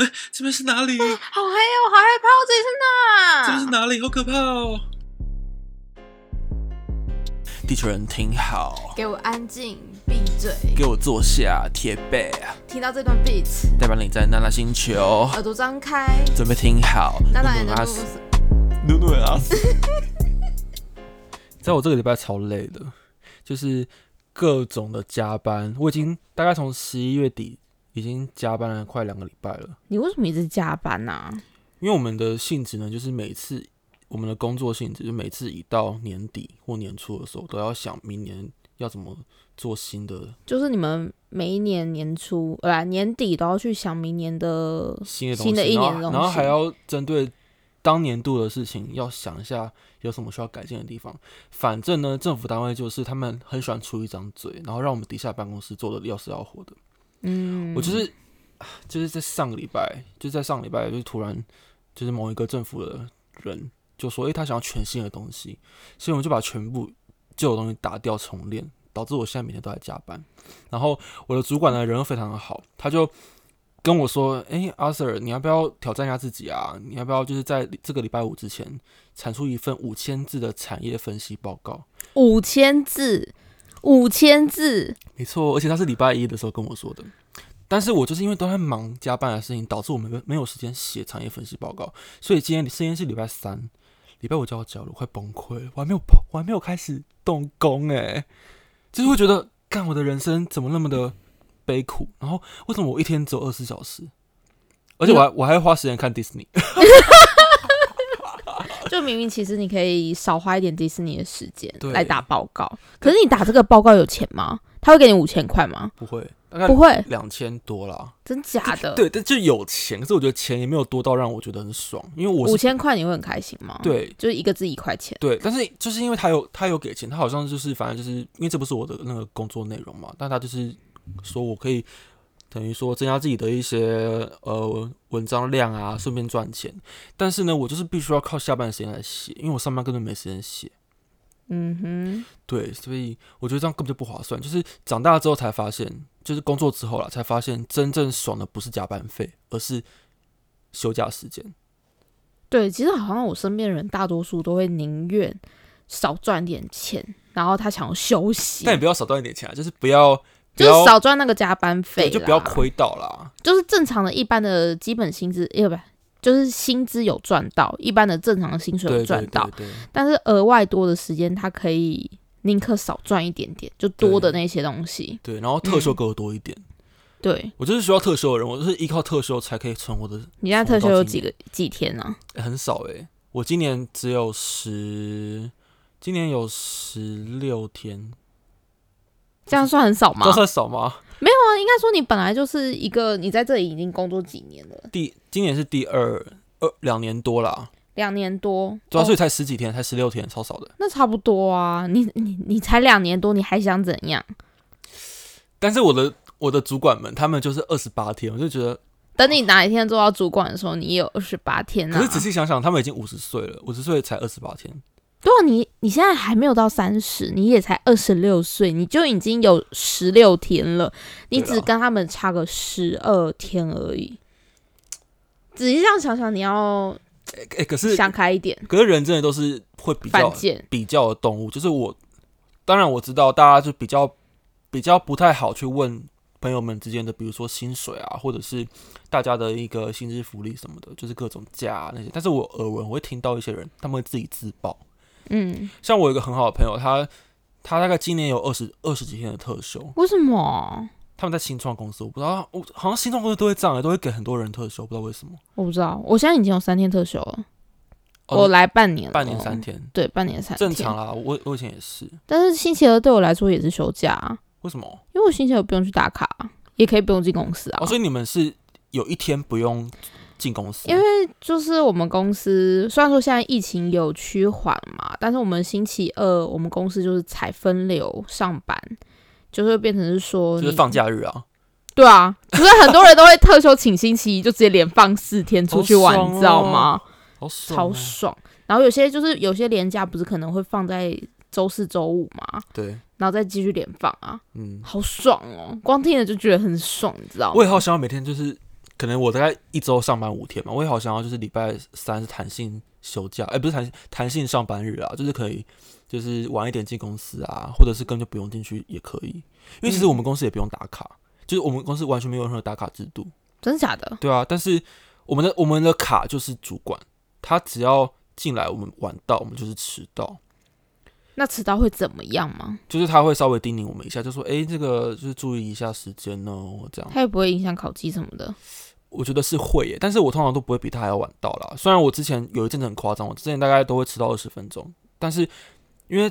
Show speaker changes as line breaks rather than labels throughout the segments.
哎，这边是哪里？这
好黑哦，好害怕，我这里是哪？
边是哪里？好可怕哦！地球人听好，
给我安静，闭嘴！
给我坐下，铁背，
听到这段 beat，
代表你在娜娜星球，
耳朵张开，
准备听好。
大大眼的
阿
故
斯，
事。
努努阿斯。你知道我这个礼拜超累的，就是各种的加班，我已经大概从十一月底已经加班了快两个礼拜了。
你为什么一直加班呢、啊？
因为我们的性质呢，就是每次我们的工作性质，就每次一到年底或年初的时候，都要想明年要怎么做新的
就是你们每一年年初，呃，年底都要去想明年的，
新的东西，
新的一年的
然后
东西
然后还要针对当年度的事情，要想一下有什么需要改进的地方。反正呢，政府单位就是他们很喜欢出一张嘴，然后让我们底下办公室做的要死要活的。
嗯，
我就是啊就是在上个礼拜，就在上个礼拜，就是突然就是某一个政府的人就说，诶、他想要全新的东西，所以我们就把全部旧的东西打掉重练，导致我现在每天都在加班。然后我的主管呢人又非常的好，他就跟我说，诶、阿 Sir，你要不要挑战一下自己啊？你要不要就是在这个礼拜五之前产出一份五千字的产业分析报告？
五千字，五千字，
没错，而且他是礼拜一的时候跟我说的。但是我就是因为都在忙加班的事情，导致我没有没有时间写产业分析报告，所以今天今天是礼拜三，礼拜五就要交了，我快崩溃了，我还没有跑，我还没有开始动工哎、就是会觉得，干我的人生怎么那么的悲苦？然后为什么我一天只有二十小时？而且我还我还要花时间看迪士尼，
就明明其实你可以少花一点迪士尼的时间
对
来打报告，可是你打这个报告有钱吗？他会给你五千块吗？
不会，大概
不会，
两千多啦。
真假的？，
对，但就有钱，可是我觉得钱也没有多到让我觉得很爽，因为我是
五千块你会很开心吗？，
对
就是一个字一块钱。
对，但是就是因为他有他有给钱，他好像就是反正就是因为这不是我的那个工作内容嘛，但他就是说我可以等于说增加自己的一些呃文章量啊，顺便赚钱。但是呢，我就是必须要靠下班的时间来写，因为我上班根本没时间写。
嗯
对，所以我觉得这样根本就不划算。就是长大之后才发现，就是工作之后啦，才发现真正爽的不是加班费，而是休假时间。
哼，对，其实好像我身边的人大多数都会宁愿少赚点钱，然后他想要休息，
但也不要少赚一点钱啊，就是不要不
就
要
是少赚那个加班费
对，
啦，
就不要亏到啦。
就是正常的一般的基本薪资，哎要不就是薪资有赚到，一般的正常的薪水
对
有
对
赚到，
对对
但是额外多的时间，他可以宁可少赚一点点，就多的那些东西。
对，然后
嗯
特休给我多一点。
对，
我就是需要特休的人，我就是依靠特休才可以存活的，
你现在特休有几个几天啊？
欸很少诶、我今年只有十，今年有十六天，
这样算很少吗？
这算少吗？
哇，应该说你本来就是一个你在这里已经工作几年了，
第今年是第二二两年多啦，
两年多，
主要所以
哦、
才十几天，才十六天，超少的。
那差不多啊。你你你才两年多，你还想怎样？
但是我的我的主管们，他们就是二十八天，我就觉得，
等你哪一天做到主管的时候，你也有二十八天啊。
可是仔细想想，他们已经五十岁了，五十岁才二十八天，
对啊，你你现在还没有到三十，你也才二十六岁，你就已经有十六天了，你
对啊
只跟他们差个十二天而已。仔细这样想想，你要
哎、欸可是
呃想开一点，
可是啊人真的都是会比较
犯贱。
比较的动物，就是我，当然我知道大家就比较比较不太好去问朋友们之间的，比如说薪水啊，或者是大家的一个薪资福利什么的，就是各种假、啊、那些。但是我耳闻，我会听到一些人他们会自己自爆，
嗯，
像我有一个很好的朋友，他他大概今年有二十二十几天的特休，
为什么？啊
他们在新创公司，我不知道，我好像新创公司都会这样、都会给很多人特休，不知道为什么。
我不知道，我现在已经有三天特休了，
哦
我来哦半年了，
半年三，天，
对，半年三天
正常。啦。我我以前也是，
但是星期二对我来说也是休假啊，
为什么？
因为我星期二不用去打卡啊，也可以不用进公司啊。
哦，所以你们是有一天不用进公司，
因为就是我们公司虽然说现在疫情有趋缓嘛，但是我们星期二我们公司就是采分流上班，就是变成是说
就是
你
放假日啊，
对啊，所以很多人都会特休请星期一，就直接连放四天出去玩，
好爽哦
你知道吗？
好哦
超爽。然后有些就是有些连假不是可能会放在周四周五嘛，
对，
然后再继续连放啊，
嗯，
好爽哦！光听了就觉得很爽，你知道吗？
我也好想要每天就是可能我大概一周上班五天嘛，我也好想要就是礼拜三是弹性休假，哎、不是弹性弹性上班日啊，就是可以就是晚一点进公司啊，或者是根本就不用进去也可以，因为其实
嗯
我们公司也不用打卡，就是我们公司完全没有任何打卡制度，
真的假的？
对啊，但是我们的我们的卡就是主管，他只要进来我们晚到，我们就是迟到，
那迟到会怎么样吗？
就是他会稍微叮咛我们一下，就说哎、这个就是注意一下时间哦，这样。
它也不会影响考绩什么的。
我觉得是会耶，但是我通常都不会比他还要晚到啦。虽然我之前有一阵子很夸张，我之前大概都会迟到二十分钟，但是因为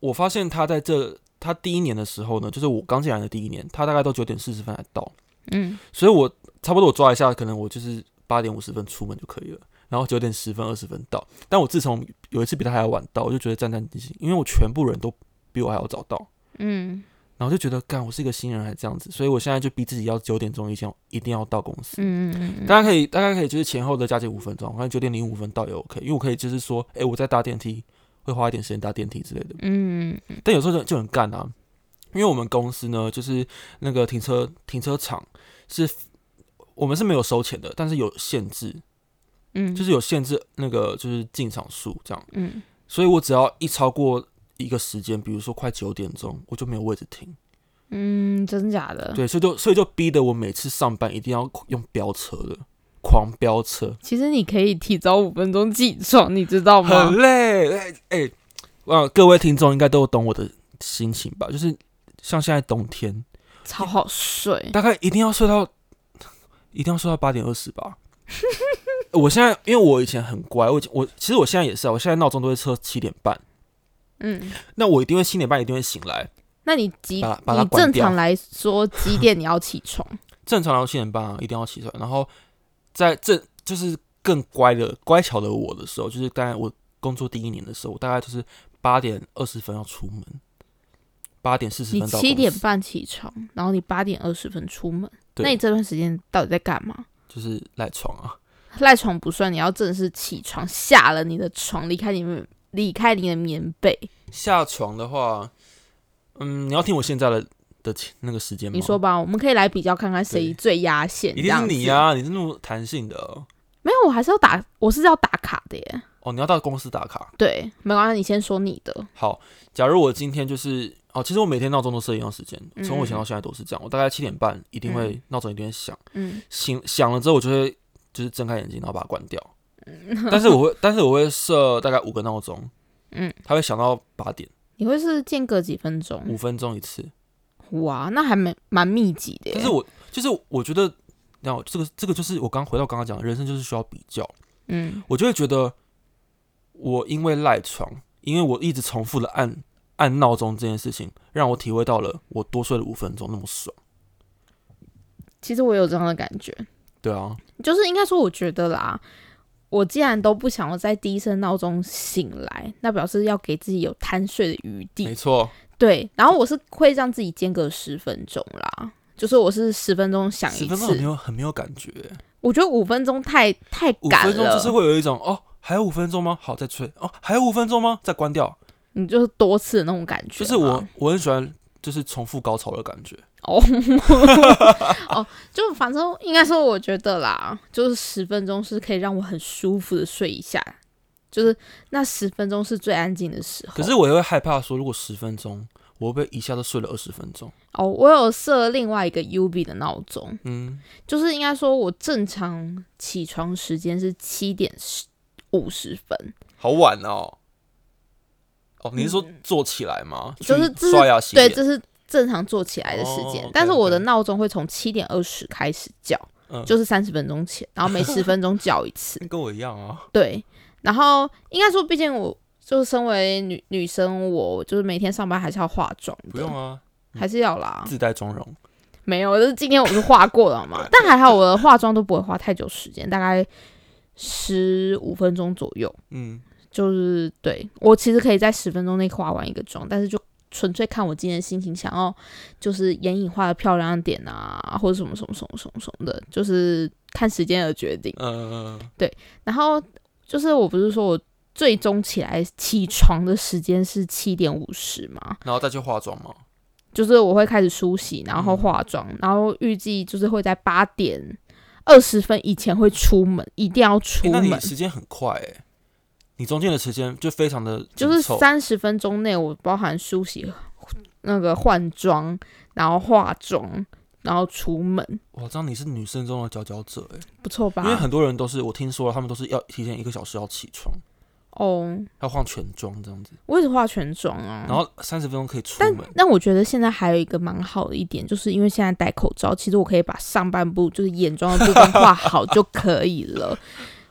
我发现他在这他第一年的时候呢，就是我刚进来的第一年，他大概都九点四十分才到，
嗯，
所以我差不多我抓一下，可能我就是八点五十分出门就可以了，然后九点十分、二十分到。但我自从有一次比他还要晚到，我就觉得战战兢兢，因为我全部人都比我还要早到，
嗯
然后就觉得干我是一个新人还这样子，所以我现在就逼自己要九点钟以前一定要到公司。
嗯嗯嗯，
大家可以大概可以就是前后的加减五分钟，反正九点零五分到也 OK，因为我可以就是说，哎、我在搭电梯会花一点时间搭电梯之类的。
嗯嗯
但有时候就就很干啊，因为我们公司呢，就是那个停车停车场是我们是没有收钱的，但是有限制，
嗯，
就是有限制那个就是进场数这样，
嗯
所以我只要一超过一个时间，比如说快九点钟，我就没有位置停。
嗯，真的假的？
对，所以就所以就逼得我每次上班一定要用飙车的，狂飙车。
其实你可以提早五分钟起床，你知道哦吗
很？累。哎、哎，哇、各位听众应该都懂我的心情吧？就是像现在冬天，
超好睡。
大概一定要睡到，一定要睡到八点二十吧。 我现在因为我以前很乖，我以前我其实我现在也是啊，我现在闹钟都会设七点半，
嗯，
那我一定会七点半一定会醒来。
那你几
把把它
你
关
正
掉
常来说几点你要起 床？
正常要七点半啊，一定要起床。然后在这就是更乖的乖巧的我的时候，就是大概我工作第一年的时候，我大概就是八点二十分要出门，八点四十
你
分到
七
公
点
司
半起床，然后你八点二十分出门，
对
那你这段时间到底在干嘛？
就是赖床啊。
赖床不算，你要正式起床，下了你的床，离开你们，离开你的棉被。
下床的话，嗯，你要听我现在的的那个时间吗？
你说吧，我们可以来比较看看谁
对
最压线。
一定是
这样
你
子
呀、啊，你是那么弹性的哦
没有，我还是要打，我是要打卡的耶。
哦。你要到公司打卡。
对，没关系，你先说你的。
好，假如我今天就是哦，其实我每天闹钟都设一样时间，从我以前到现在都是这样。我大概七点半一定会闹钟一定会响，
嗯，
醒响了之后我就会就是睁开眼睛，然后把它关掉。但是我会，但是我会设大概五个闹钟，
嗯，
它会响到八点，
你会是间隔几分钟？
五分钟一次。
哇，那还蛮蛮密集的耶。
但是我就是我觉得，然后这个这个就是我刚回到刚刚讲的，人生就是需要比较。
嗯
我就会觉得，我因为赖床，因为我一直重复的按按闹钟这件事情，让我体会到了我多睡了五分钟那么爽。，
其实我有这样的感觉，
对啊，
就是应该说，我觉得啦，我既然都不想要在第一声闹钟醒来，那表示要给自己有贪睡的余
没
地。
错，
对，然后我是会让自己间隔十分钟啦，就是我是十分钟想
十
一
分钟很没
次，
有很没有感觉欸，
我觉得五分钟太太
五
赶
分钟就是
了，
会有一种哦，还有五分钟吗？好，再吹哦，还有五分钟吗？再关掉。
你就是多次的那种感觉
就
嘛。
是我我很喜欢就是重复高潮的感觉。
哦哦，就反正应该说，我觉得啦，就是十分钟是可以让我很舒服的睡一下，就是那十分钟是最安静的时候。
可是我也会害怕说，如果十分钟，我会不会一下就睡了二十分钟？
哦，我有设另外一个 UB 的闹钟，
嗯，
就是应该说我正常起床时间是七点十五十分，
好晚哦。哦，你是说坐起来吗？
嗯就是
去
这是
刷牙洗
对，
脸。
这是正常做起来的时间。
哦，OK，
但是我的
OK
闹钟会从七点二十开始叫，
嗯
就是三十分钟前，然后 每十分钟叫一次。
跟我一样啊。
对，然后应该说，毕竟我就是身为女女生，我就是每天上班还是要化妆的，
不用啊，
还是要啦。
自带妆容。
没有，就是今天我就化过了嘛， 但还好我的化妆都不会花太久时间，大概十五分钟左右。
嗯，
就是对我其实可以在十分钟内化完一个妆，但是就纯粹看我今天的心情，想要就是眼影画的漂亮一点啊，或者什么什么什么什么什么的，就是看时间而决定。
呃，
然后就是我不是说我最终起来起床的时间是七点五十嘛，
然后再去化妆嘛。嗯
就是我会开始梳洗，然后化妆，然后预计就是会在八点。二十分以前会出门，一定要
诶
出
那
门。
你时间很快哎、你中间的时间就非常的
就是
紧凑
三十分钟内，我包含梳洗、那个换装，然后化妆，然后出门，
哇，这样你是女生中的佼佼者哎、
不错吧
因？为很多人都是我听说了，他们都是要提前一个小时要起床，
哦，
要化全妆这样子，
我也是化全妆啊。
然后三十分钟可以出
但
门，
但我觉得现在还有一个蛮好的一点，就是因为现在戴口罩，其实我可以把上半部就是眼妆的部分画好就可以了。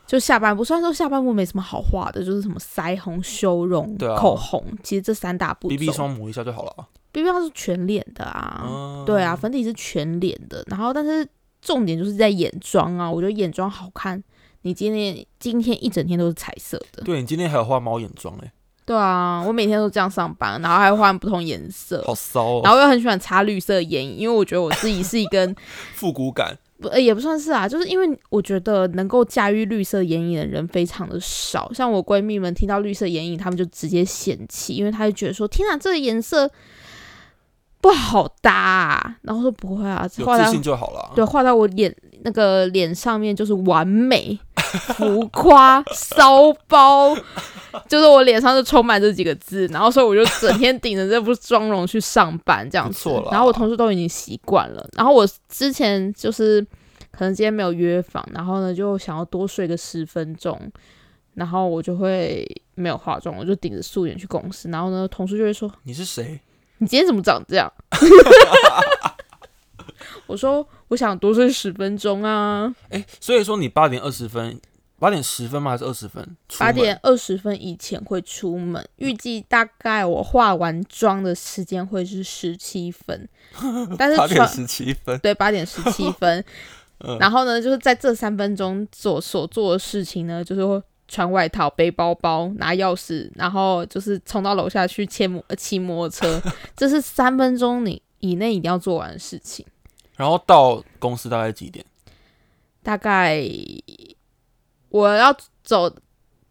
就下半部，虽然说下半部没什么好画的，就是什么腮红、修容、
嗯对啊
口红，其实这三大步骤
BB 霜抹一下就好了啊。
，BB 霜是全脸的啊。
嗯
对啊，，粉底是全脸的，然后但是重点就是在眼妆啊，我觉得眼妆好看。你今天今天一整天都是彩色的，
对你今天还有画猫眼妆哎、
对啊，我每天都这样上班，然后还换不同颜色，
好骚哦、
呃然后又很喜欢擦绿色眼影，因为我觉得我自己是一根
复古 感。
不、呃、也不算是啊，就是因为我觉得能够驾驭绿色眼影的人非常的少，像我闺蜜们听到绿色眼影，她们就直接嫌弃，因为她就觉得说天啊，这个颜色不好搭、啊，然后说不会啊，
有
画
自
在
信就好了。
对，画到我脸那个脸上面就是完美、浮夸、骚包，就是我脸上就充满这几个字，然后所以我就整 天顶着这副妆容去上班这样
不
子
错啦。
然后我同事都已经习惯了，然后我之前就是可能今天没有约访，然后呢就想要多睡个十分钟。然后我就会没有化妆，我就顶着素颜去公司。然后呢，同事就会说：“
你是谁？
你今天怎么 长这样？我说我想多睡十分钟啊，
哎、所以说你八点二十分，八点十分吗？还是二十分？出
八
门嗯
点二十分以前会出门，预计大概我化完妆的时间会是十 七分，但是
八点
穿
十七分，
对八点十七分，
嗯
然后呢就是在这三分钟所所做的事情呢，就是会穿外套、背包包、拿钥匙，然后就是冲到楼下去骑摩呃骑摩托车，这是三分钟你以内一定要做完的事情。
然后到公司大概几点？
大概我要走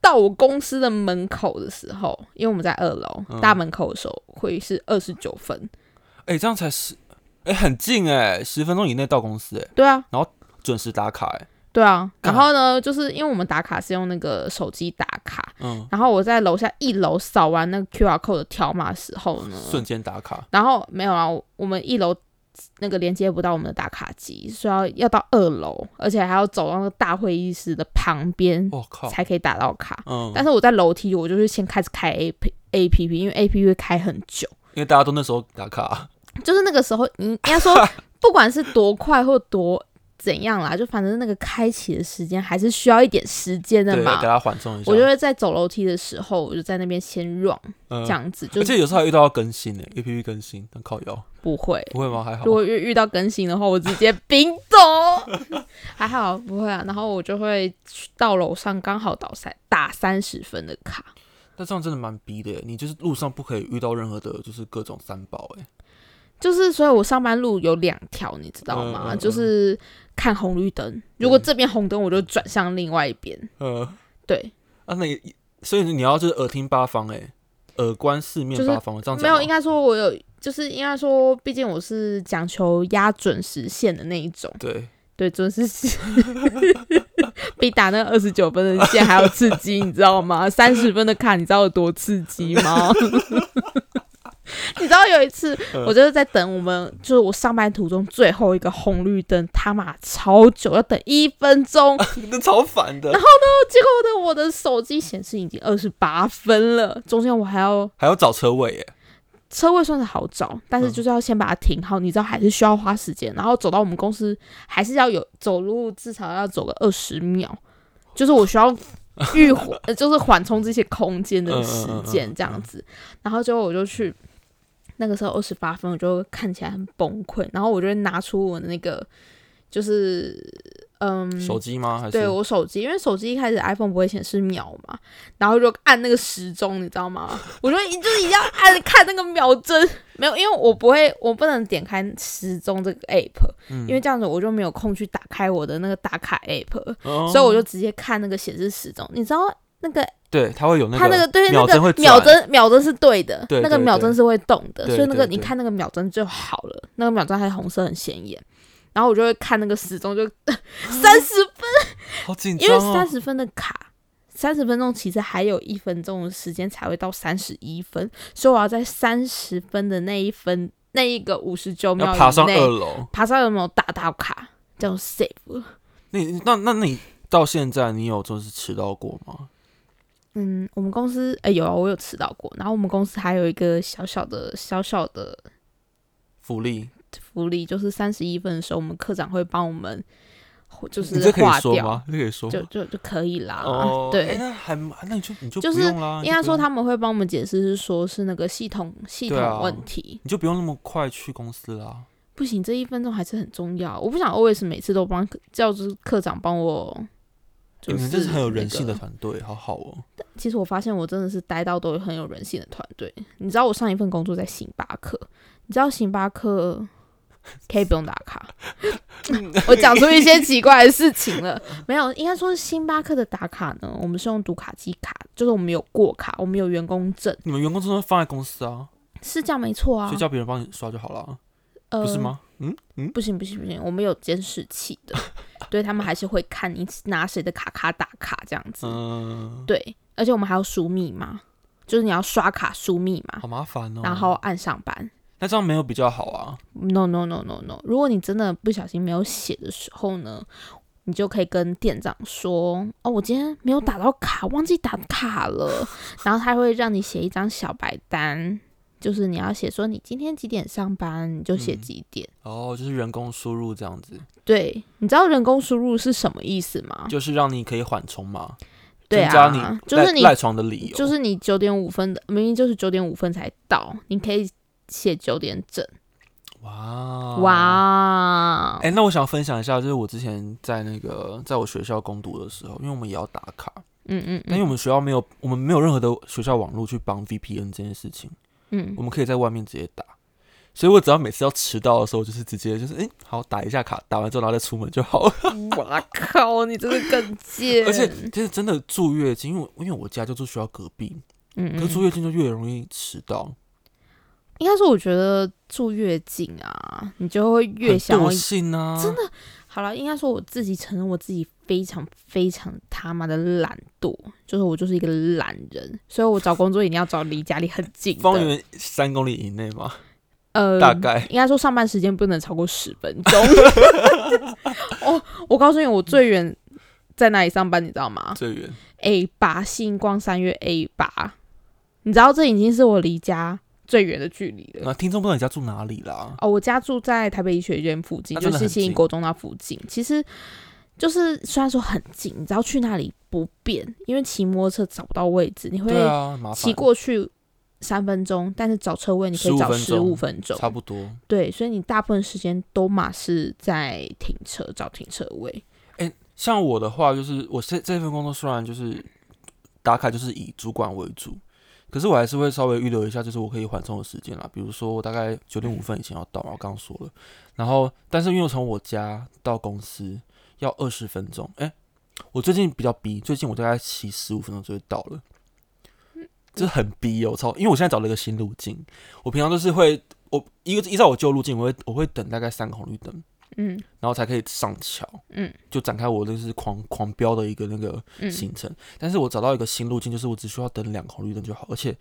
到我公司的门口的时候，因为我们在二楼、
嗯
大门口的时候会是二十九分。
哎、这样才十，哎、很近哎、十分钟以内到公司哎、
对啊，
准时打卡哎、
对啊。
干
然
嘛
后呢，就是因为我们打卡是用那个手机打卡，
嗯，
然后我在楼下一楼扫完那个 QR code 的条码的时候呢，
瞬间打卡，
然后没有啊，我我们一楼那个连接不到我们的打卡机，所以要要到二楼，而且还要走到那个大会议室的旁边
我靠，
嗯才可以打到卡。
嗯，
但是我在楼梯，我就是先开始开 A P A P P，因为 A P P 会开很久。
因为大家都那时候打 卡，
就是那个时候，你应该 说不管是多快或多怎样啦，就反正那个开启的时间还是需要一点时间的
对，啊
嘛
给。他缓冲一下。
我就会在走楼梯的时候，我就在那边先 run
嗯
这，样子，就
而
是
且有时候还遇到要更新哎、a P P 更新，很靠腰，
不会。
不会吗？还好
如。果遇遇到更新的话，我直接冰冻， 还好不会啊。然后我就会去到楼上，刚好打三打三十分的卡。
那这样真的蛮逼的耶，你就是路上不可以遇到任何的，就是各种三宝哎。
就是，所以我上班路有两条，你知道吗？
嗯嗯嗯
就是看红绿灯，如果这边红灯，我就转向另外一边。
嗯，
对，
啊，那也所以你要就是耳听八方哎、耳观四面
就是
八方，这样
没
讲
有，
吗
应该说我有，就是应该说，毕竟我是讲求压准时线的那一种，
对，
对，准时线比打那二十九分的线还要刺激，你知道吗？三十分的卡，你知道有多刺激吗？ 你知道有一次，我就是在等我们，就是我上班途中最后一个红绿灯，他妈超久，要等一分钟。 哦
那超烦的，
结果呢，我的手机显示已经二十八分了，中间我还要
还要找车位哎、
车位算是好找，但是
嗯
就是要先把它停好，你知道还是需要花时间，然后走到我们公司还是要有走路，至少要走个二十秒，就是我需要预呃 就是缓冲这些空间的时
嗯嗯嗯嗯
间
嗯
这样子，然后结果我就去。那个时候二十八分，我就看起来很崩溃，然后我就会拿出我的那个，就是嗯，
手机吗？还是
对我手机，因为手机一开始 iPhone 不会显示秒嘛，然后就按那个时钟，你知道吗？我就一就是一定要按看那个秒针，没有，因为我不会，我不能点开时钟这个 app，、
嗯
因为这样子我就没有空去打开我的那个打卡 app，、
哦
所以我就直接看那个显示时钟。你知道那个
对，它会有那个
它那个对那
秒针
个
会
秒
转
针秒针是对的，
对
那个
对
秒
对
针是会动的，
对
所以那个
对
你
对
看那个秒针就好了，那个秒针还红色很显眼。然后我就会看那个时钟，就 三十
好紧
因
张
为
哦
三！十分的卡，三十分钟其实还有一分钟的时间才会到三十一分，所以我要在三十分的那一分那一个五十九秒
要爬上
以内
二楼，
爬上有没有打到卡，这样 save 了。
那你那那你到现在你有就是迟到过吗？
嗯，我们公司哎、有啊，我有迟到过，然后我们公司还有一个小小的小小的
福利，
福利，就是三十一分的时候，我们科长会帮我们就
你
是
这可以
划
说
掉，
吗？这可以说吗
就就就可以啦。
哦，
对，
哎那还那你就你就
就
不
是
用啦，你
应该
不
说
用
他们会帮我们解释，是说是那个系统系
对啊
统问题。
你就不用那么快去公司啦。
不行，这一分钟还是很重要。我不想 always 每次都帮叫就是科长帮我，
哎
就
你
是、
们真是很有人性的。团队，好好哦。
其实我发现我真的是待到都有很有人性的团队。你知道我上一份工作在星巴克，你知道星 巴克可以不用打卡，
嗯
我讲出一些奇怪的事情了。没有，应该说是星巴克的打卡呢，我们是用读卡机卡，就是我们有过卡，我们有员工证，
你们员工证都放在公司啊，
是这样没错啊
所以。叫别人帮你刷就好了，
呃，
不是吗？嗯嗯，
不行不行不行，我们有监视器 的，对他们还是会看你拿谁的卡卡打卡这样子。
嗯，
对，而且我们还要输密码，就是你要刷卡输密码，
好麻烦哦。
然后按上班。
那这样没有比较好啊？
No no no no no，如果你真的不小心没有写的时候呢，你就可以跟店长说：“哦，我今天没有打到卡，忘记打卡 了。”然后他会让你写一张小白单，就是你要写说你今天几点上班，你就写
嗯
几点。
哦，就是人工输入这样子，
对，你知道人工输入是什么意思吗？
就是让你可以缓冲嘛，
啊对
增加你
啊，就
赖
是你
赖床的理由，
就是你九点五分的，明明就是九点五分才到，你可以写九点整。哦
哇哦
哇，
啊哎、那我想分享一下，就是我之前在那个在我学校攻读的时候，因为我们也要打卡，
嗯嗯
但因为我
嗯
们学校没有，我们没有任何的学校网络去帮 VPN 这件事情，我
嗯，
们可以在外面直接打，所以我只要每次要迟到的时候，我就是直接就是哎、诶好打一下卡，打完之后然后再出门就好了。
嗯 哇靠，你真的更贱，
而且其实真的住越近，因为我因为我家就住学校隔壁，
嗯，
可
嗯
是住越近就越容易迟到，
应该说，我觉得住越近啊，你就会越
很
想要
惰。性啊，真的
好了，应该说我自己承认我自己非常非常他妈的懒惰，就是我就是一个懒人，所以我找工作一定要找离家里很近
方
的，
圆三公里以内嘛，
呃，
大概
应该说上班时间不能超过十分钟。 哦，我告诉你，我最远在哪里上班，你知道吗
最远。
？A 八星光三月 A 八，你知道这已经是我离家最远的距离了。
那听众不知道你家住哪里啦？
哦，我家住在台北医学院附近，
那
就
真的
是
很
新营
近
国中那附近。其实就是虽然说很近，你知道去那里不便，因为骑摩托车找不到位置，你会
对啊，麻烦。
骑过去三分钟，但是找车位你可以
15
找
分
十五
钟
分钟，
差不多。
对，所以你大部分时间都嘛是在停车找停车位。
像我的话，就是我这这份工作虽然就是打卡就是以主管为主，可是我还是会稍微预留一下，就是我可以缓冲的时间啦。比如说我大概九点五分以前要到嘛，我刚刚说了。然后，但是因为我从我家到公司要二十分钟，哎、我最近比较逼，最近我大概骑十五分钟就会到了。这很逼哦，超！因为我现在找了一个新路径，我平常就是会，我一个依照我旧路径，我会我会等大概三个红绿灯，
嗯
然后才可以上桥。
嗯
就展开我就是狂狂飙的一个那个
嗯，
行程。但是我找到一个新路径，就是我只需要等两个红绿灯就好，而且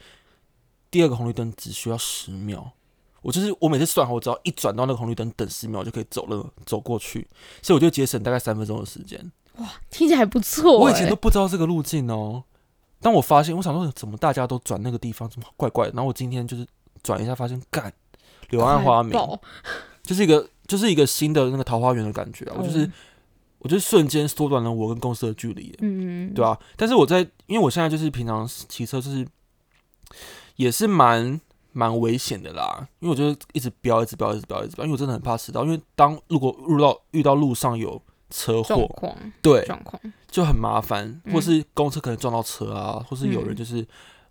第二个红绿灯只需要十秒。我就是我每次算好，我只要一转到那个红绿灯，等十秒我就可以走了走过去，所以我就节省大概三分钟的时间。
听起来还不错、
我以前
欸
都不知道这个路径哦。当我发现，我想说怎么大家都转那个地方，怎么怪怪的？然后我今天就是转一下，发现干柳暗
快
花明，
爆
就是一个就是一个新的那个桃花源的感觉啊！我就是
嗯
我就瞬间缩短了我跟公司的距离耶，
嗯，
对啊，但是我在，因为我现在就是平常骑车，就是也是蛮蛮危险的啦，因为我就一直飙，一直飙，一直飙，一直飙，因为我真的很怕迟到，因为当如果遇到遇到路上有车
状
祸，
况
对，
状况，
就很麻烦，
嗯
或是公车可能撞到车啊，或是有人
嗯
就是。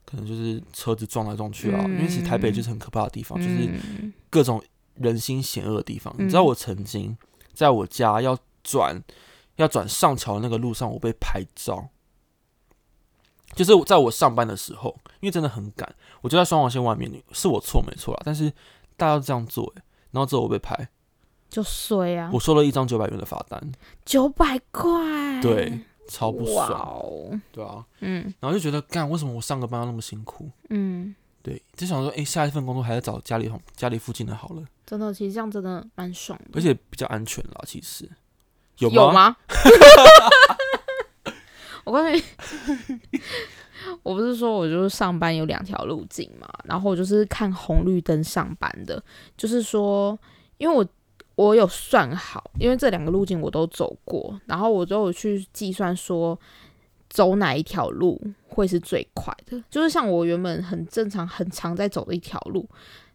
可能就是车子撞来撞去啊，因为其实台北就是很可怕的地方，就是
嗯
各种人心险恶的地方。
嗯
你知道我曾经在我家要转要转上桥的那个路上，我被拍照，就是在我上班的时候，因为真的很赶，我哎就在双黄线外面，是我错没错啦，但是大家都这样做、欸，然后之后我被拍，
就衰啊
我，收了一张九百元的罚单，
九百块，
对，，超不
哎哇
爽，
哦，
对啊，
嗯
然后就觉得干，为什么我上个班要那么辛苦？
嗯，
对，就想说，哎、下一份工作还是找家里同家里附近的好了，
真的，其实这样真的蛮爽的，
而且比较安全啦。其实有吗？
有吗？ 我告诉你， 我不是说我就是上班有两条路径嘛，然后我就是看红绿灯上班的，就是说，因为我我有算好，因为这两个路径我都走过，然后我都有去计算说走哪一条路会是最快的，就是像我原本很正常、很常在走的一条路。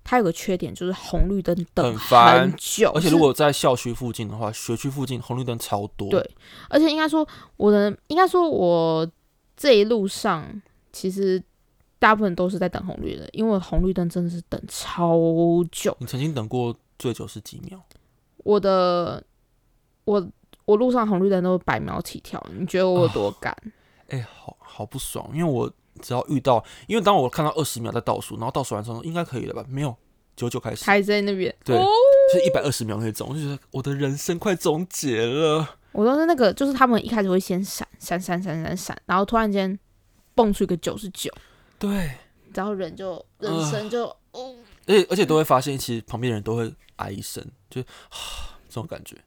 它有个缺点，就是红绿灯等
很烦
很久，
而且
是
如果在校区附近的话，学区附近红绿灯超多。
对而且应该说，我的应该说，我这一路上其实大部分都是在等红绿灯，因为红绿灯真的是等超久。
你曾经等过最久是几秒？
我的，我我路上红绿灯都百秒起跳，你觉得我有多赶？
哎、好好不爽，因为我只要遇到，因为当我看到二十秒在倒数，然后倒数完之后应该可以了吧？没有，九九开始，
还在那边，
对
哦
就是一百二十秒那种，我就觉得我的人生快终结了。
我都是那个，就是他们一开始会先闪闪闪闪闪闪，然后突然间蹦出一个九十九，
对，
然后人就人
啊
生就、哦，
而且而且都会发现，其实旁边人都会啊一声，就是啊这种感觉。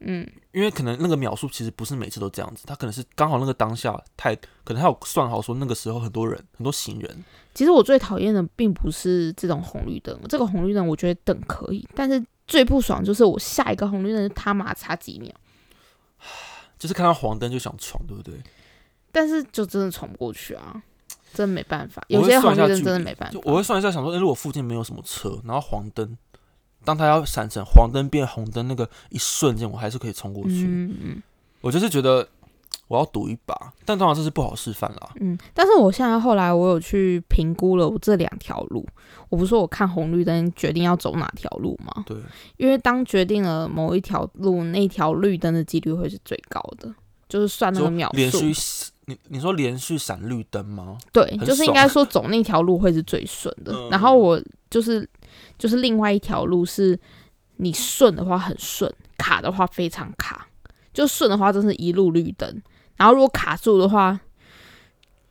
嗯，
因为可能那个秒数其实不是每次都这样子，他可能是刚好那个当下太，可能他有算好说那个时候很多人很多行人，
其实我最讨厌的并不是这种红绿灯，这个红绿灯我觉得等可以，但是最不爽就是我下一个红绿灯就他妈差几秒，
就是看到黄灯就想闯，对不对？
嗯但是就真的闯不过去啊，真的没办法。
我
有
会
些红
算一
绿
下
灯
距
真的
离
没办法
就。我会算一下，想说，哎、如果附近没有什么车，然后黄灯，当他要闪成黄灯变红灯那个一瞬间，我还是可以冲过去。
嗯嗯
我就是觉得我要赌一把，但通常这是不好示范啦。
嗯，但是我现在后来我有去评估了我这两条路，我不是说我看红绿灯决定要走哪条路吗？
对，
因为当决定了某一条路，那条绿灯的几率会是最高的，就是算那
就
个秒
连
数
续。你你说连续闪绿灯吗？
对，
很
就是应
爽
该说走那条路会是最顺的。
嗯
然后我就是就是另外一条路是，你顺的话很顺，卡的话非常卡。就顺的话，真是一路绿灯；然后如果卡住的话，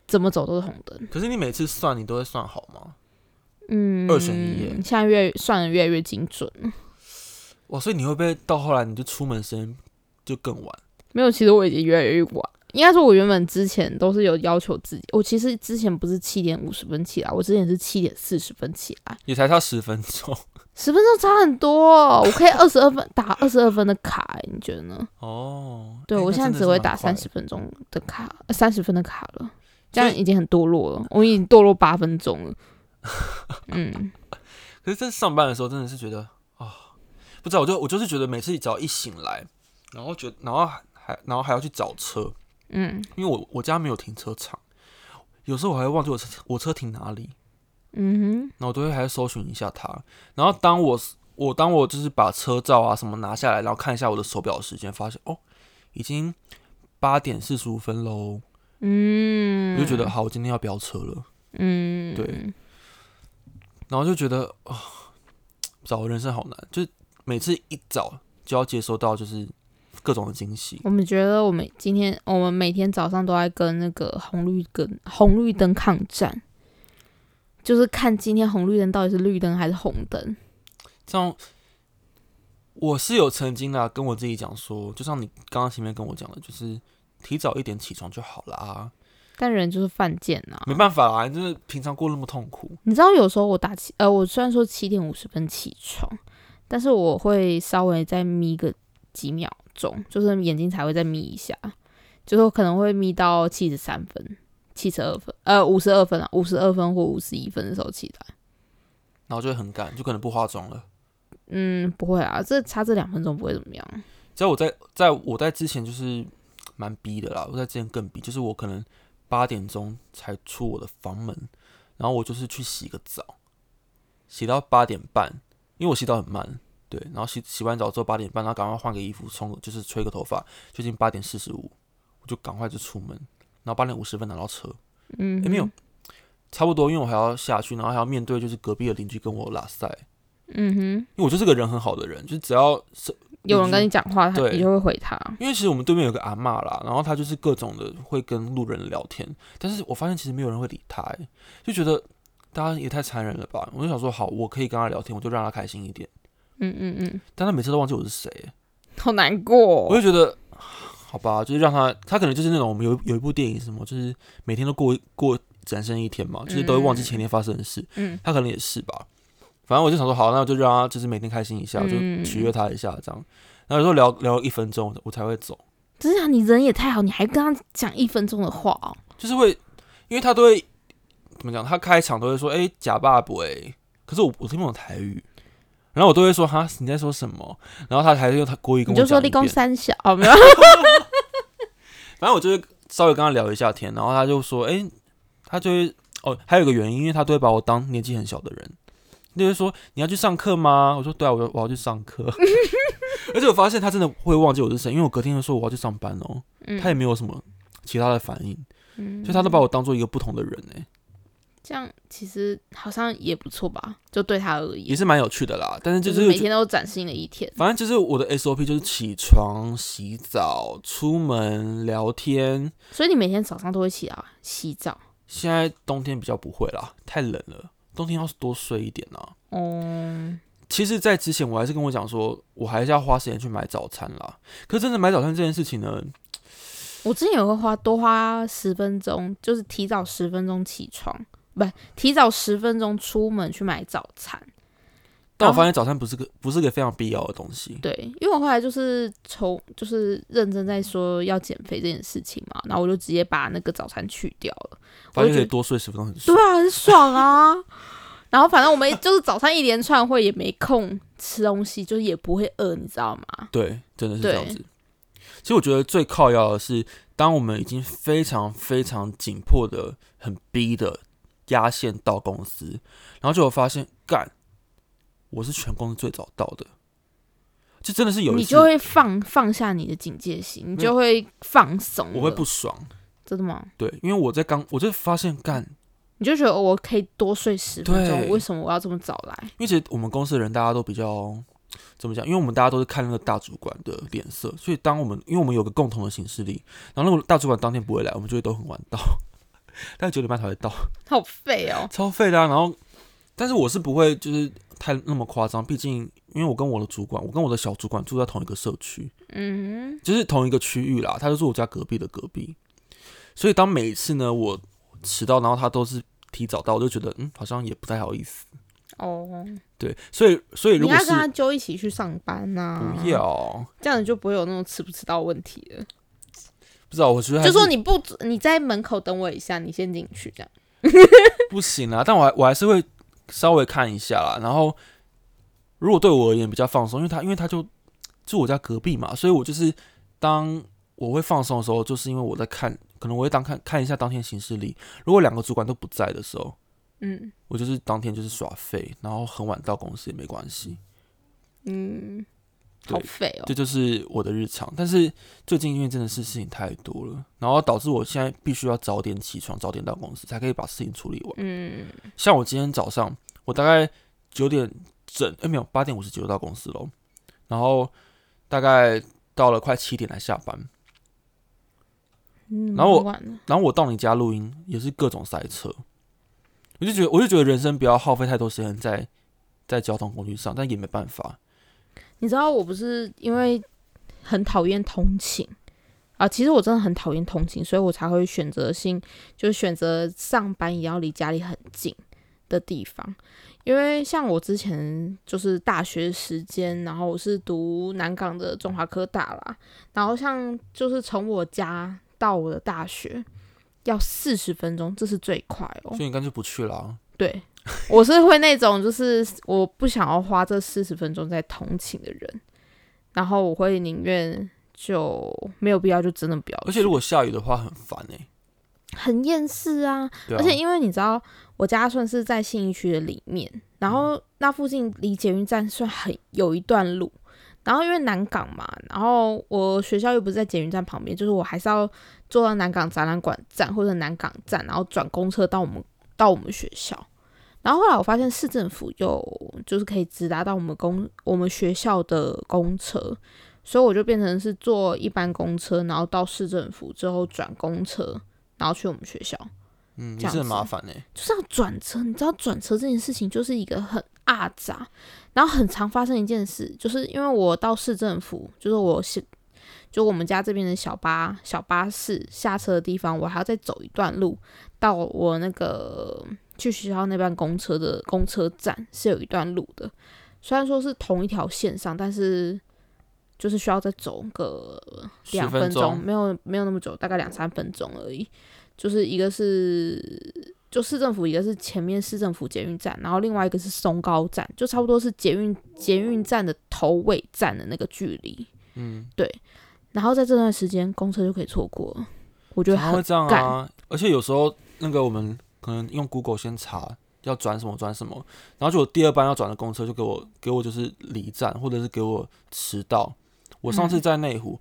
怎么走都是红灯。
可是你每次算你都会算好吗？
嗯，
二选一耶
现在越算的越来越精准了。
哇，所以你会不会到后来你就出门时间就更晚？
没有，其实我已经越来越晚。应该说，我原本之前都是有要求自己，我其实之前不是七点五十分起来，我之前是七点四十分起来。
也才差十分钟
十分钟差很多哦、我 可以二十二分打二十二分的卡、欸，你觉得呢？
哦。
对、
哎
我
那
现在
真的
只
是
会
蛮
打
快
三
的
十分钟的卡，呃三十分的卡了，这
所以
样已经很堕落了，我已经堕落八分钟 了。嗯，
可是，在上班的时候，真的是觉得啊、不知道，我就我就是觉得每次只要一醒来，然后觉然后还然后还要去找车，
嗯
因为我我家没有停车场，有时候我还会忘记我车我车停哪里，
嗯
然后我都会还要搜寻一下它。然后当我我当我就是把车照啊什么拿下来，然后看一下我的手表时间，发现哦，已经八点四十五分喽，
哼，嗯，
我就觉得好，我今天要飙车了。
嗯，
对，然后就觉得啊、不知道我人生好难，就是每次一早就要接收到就是各种的惊喜。
我们觉得我们今天我们每天早上都在跟那个红绿灯红绿灯抗战，就是看今天红绿灯到底是绿灯还是红灯。
这样，我是有曾经啊跟我自己讲说，就像你刚刚前面跟我讲的，就是提早一点起床就好啦、
但人就是犯贱啊，
没办法啦，就是平常过那么痛苦，
你知道有时候我打七呃，我虽然说七点五十分起床，但是我会稍微再眯个几秒钟，就是眼睛才会再眯一下，就是我可能会眯到七十三分、七十二分，呃，五十二分啊，五十二分或五十一分的时候起来。
然后就会很赶，就可能不化妆了。
嗯，不会啊，这差这两分钟不会怎么样。
只要我在在我在之前就是蛮逼的啦，我在之前更逼，就是我可能八点钟才出我的房门，然后我就是去洗个澡，洗到八点半，因为我洗澡很慢，对，然后洗洗完澡之后八点半，然后赶快换个衣服，冲就是吹个头发，就近八点四十五，我就赶快就出门，然后八点五十分拿到车，
嗯
诶
哼，
没有差不多，因为我还要下去，然后还要面对就是隔壁的邻居跟我拉塞，
嗯哼，
因为我就是个人很好的人，就只要是
有人跟你讲话，他
嗯对
你就会回他。
因为其实我们对面有个阿嬷啦，然后她就是各种的会跟路人聊天，但是我发现其实没有人会理她、欸，就觉得大家也太残忍了吧。我就想说，好，我可以跟她聊天，我就让她开心一点，
嗯嗯嗯，
但她每次都忘记我是谁欸、
好难过
我
哦。
就觉得，好吧，就是让他，他可能就是那种我们有有一部电影什么，就是每天都过过人生一天嘛，就是都会忘记前天发生的事，
嗯
他可能也是吧。反正我就想说，好，那我就让他就是每天开心一下，我就
嗯
取悦他一下这样。然后有时候聊聊一分钟，我才会走，
真是啊，你人也太好，你还跟他讲一分钟的话哦。
就是会，因为他都会怎么讲，他开场都会说，哎、假爸不哎，可是我我听不懂台语。然后我都会说哈你在说什么？然后他还是用他国语跟
你
我讲
就
一遍。
说立功三小，哦没有？
反正我就是稍微跟他聊一下天，然后他就说，哎、他就会哦，还有一个原因，因为他都会把我当年纪很小的人，就会说你要去上课吗？我说对啊，我我要去上 课。而且我发现他真的会忘记我是谁，因为我隔天就说我要去上班哦，
嗯
他也没有什么其他的反应，
嗯
所以他都把我当做一个不同的人哎、
这样，其实好像也不错吧，就对他而
也
言，
是蛮有趣的啦。但是就
就是是
我
每
觉
天都崭新的一天。
反正就是我的 SOP 就是起床、洗澡、出门、聊天。
所以你每天早上都会起来洗澡
现在冬天比较不会啦，太冷了，冬天要多睡一点啊。
哦。
其实，在之前我还是跟我讲说，我还是要花时间去买早餐啦。可是真的买早餐这件事情呢，
我之前也会花多花十分钟，就是提早十分钟起床，不提早十分钟出门去买早餐。
但我
哦
发现早餐不是个不是个非常必要的东西。
对，因为我后来就是从就是认真在说要减肥这件事情嘛，然后我就直接把那个早餐去掉了。
发现可
我
以
就觉得
多睡十分钟很
对
爽。
啊，很爽啊。 然后反正我们就是早餐一连串会也没空吃东西，就是也不会饿，你知道吗？
对，真的是这样
对
子。其实我觉得最靠要的是，当我们已经非常非常紧迫的、很逼的压线到公司，然后就有发现，干，我是全公司最早到的。这真的是有一
你
次
就，会放放下你的警戒心，你就会放松了。
我会不爽。
真的吗？
对，因为我在刚，我就发现干，
你就觉得、哦我可以多睡十分
对
钟，为什么我要这么早来？
因为其实我们公司的人大家都比较怎么讲？因为我们大家都是看那个大主管的脸色，所以当我们因为我们有个共同的行事历，然后那个大主管当天不会来，我们就会都很晚到， 大概九点半才会到，
好废哦！
超废的、啊。然后，但是我是不会就是太那么夸张，毕竟因为我跟我的主管，我跟我的小主管住在同一个社区，
嗯
就是同一个区域啦，他就住我家隔壁的隔壁，所以当每一次呢我迟到，然后他都是提早到，我就觉得嗯好像也不太好意思。
哼，哦，
对，所以所以
你
如果
要跟
是
他啊揪一起去上班呐、
不，要。
这样你就不会有那种吃不吃到问题了。
不知道，我觉得还
就是说你不，你在门口等我一下，你先进去这样。
不行啦，但我还我还是会稍微看一下啦。然后，如果对我而言比较放松，因为他因为他就住我家隔壁嘛，所以我就是当我会放松的时候，就是因为我在看，可能我会当看看一下当天行事历。如果两个主管都不在的时候，
嗯
我就是当天就是耍废，然后很晚到公司也没关系。
嗯，
对
好废哦
这。就是我的日常。但是最近因为真的是事情太多了，然后导致我现在必须要早点起床，早点到公司，才可以把事情处理完。
嗯，
像我今天早上，我大概九点整，哎、没有，八点五十九到公司咯，然后大概到了快七点才下班。
嗯
然后我
蛮晚了
然后我到你家录音也是各种塞车，我就觉得我就觉得人生不要耗费太多时间在在交通工具上，但也没办法。
你知道我不是因为很讨厌通勤啊，其实我真的很讨厌通勤，所以我才会选择性就是选择上班也要离家里很近的地方。因为像我之前就是大学时间，然后我是读南港的中华科大啦，然后像就是从我家到我的大学要四十分钟，这是最快哦
所。以你干脆不去啦。
对，我是会那种就是我不想要花这四十分钟在通勤的人，然后我会宁愿就没有必要就真的不要去，
而且如果下雨的话很烦哎、
很厌世啊。
对啊，
而且因为你知道，我家算是在信义区的里面，然
嗯
后那附近离捷运站算很有一段路。然后因为南港嘛，然后我学校又不是在捷运站旁边，就是我还是要坐到南港展览馆站或者南港站，然后转公车到我们到我们学校。然后后来我发现市政府有就是可以直达到我们公我们学校的公车，所以我就变成是坐一般公车，然后到市政府之后转公车，然后去我们学校，
嗯，
这
也
样
是很麻
子
烦呢、欸。
就是要转车。你知道转车这件事情就是一个很阿杂，然后很常发生一件事，就是因为我到市政府，就是我是。就我们家这边的小巴小巴士下车的地方，我还要再走一段路到我那个去学校那班公车的公车站是有一段路的，虽然说是同一条线上，但是就是需要再走个
十
两
分
分钟，
钟，
没有没有那么久，大概两三分钟而已。就是一个是就市政府，一个是前面市政府捷运站，然后另外一个是松高站，就差不多是捷运捷运站的头尾站的那个距离。
嗯，
然后在这段时间，公车就可以错过了，我觉
常
得
常
很
会这样啊
干。
而且有时候那个我们可能用 Google 先查要转什么转什么，然后就有第二班要转的公车就给我给我就是离站，或者是给我迟到。我上次
嗯
在内湖，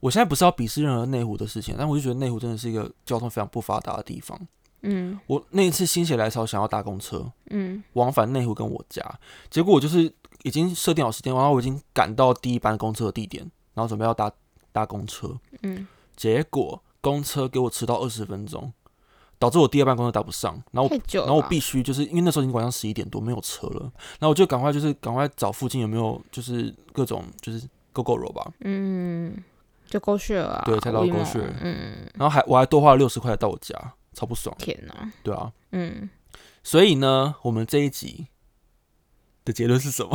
我现在不是要鄙视任何内湖的事情，但我就觉得内湖真的是一个交通非常不发达的地方。
嗯
我那一次心血来潮想要搭公车，
嗯
往返内湖跟我家，结果我就是已经设定好时间，然后我已经赶到第一班公车的地点，然后准备要搭搭公车，
嗯，
结果公车给我迟到二十分钟，导致我第二班公车搭不上，然后我
太久了
然后
吧。
我必须就是因为那时候已经晚上十一点多，没有车了，然后我就赶快就是赶快找附近有没有就是各种就是 GoGo 肉吧，
嗯，就狗血了、啊，
对才到
我以为
狗血
嗯，
然后还我还多花了六十块到我家，超不爽，
天哪，
对啊，
嗯，
所以呢，我们这一集的结论是什么？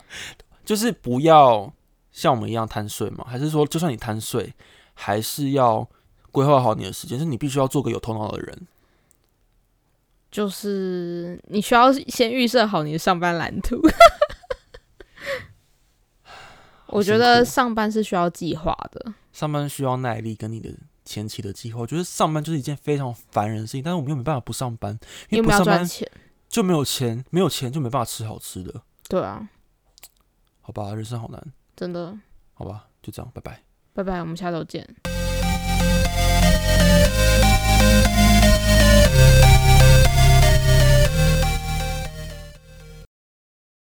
就是不要像我们一样贪睡嘛，还是说，就算你贪睡，还是要规划好你的时间，就是你必须要做个有头脑的人。
就是你需要先预设好你的上班蓝图。 我觉
好
得
辛苦
上班是需要计划的，
上班需要耐力跟你的前期的计划，我觉得上班就是一件非常烦人的事情，但是我们又没办法不上班，因为
因为
不
我们要
上
赚
班
钱。
就没有钱，没有钱就没办法吃好吃的，
对啊，
好吧，人生好难，
真的，
好吧，就这样，拜拜。
拜拜，我们下周见。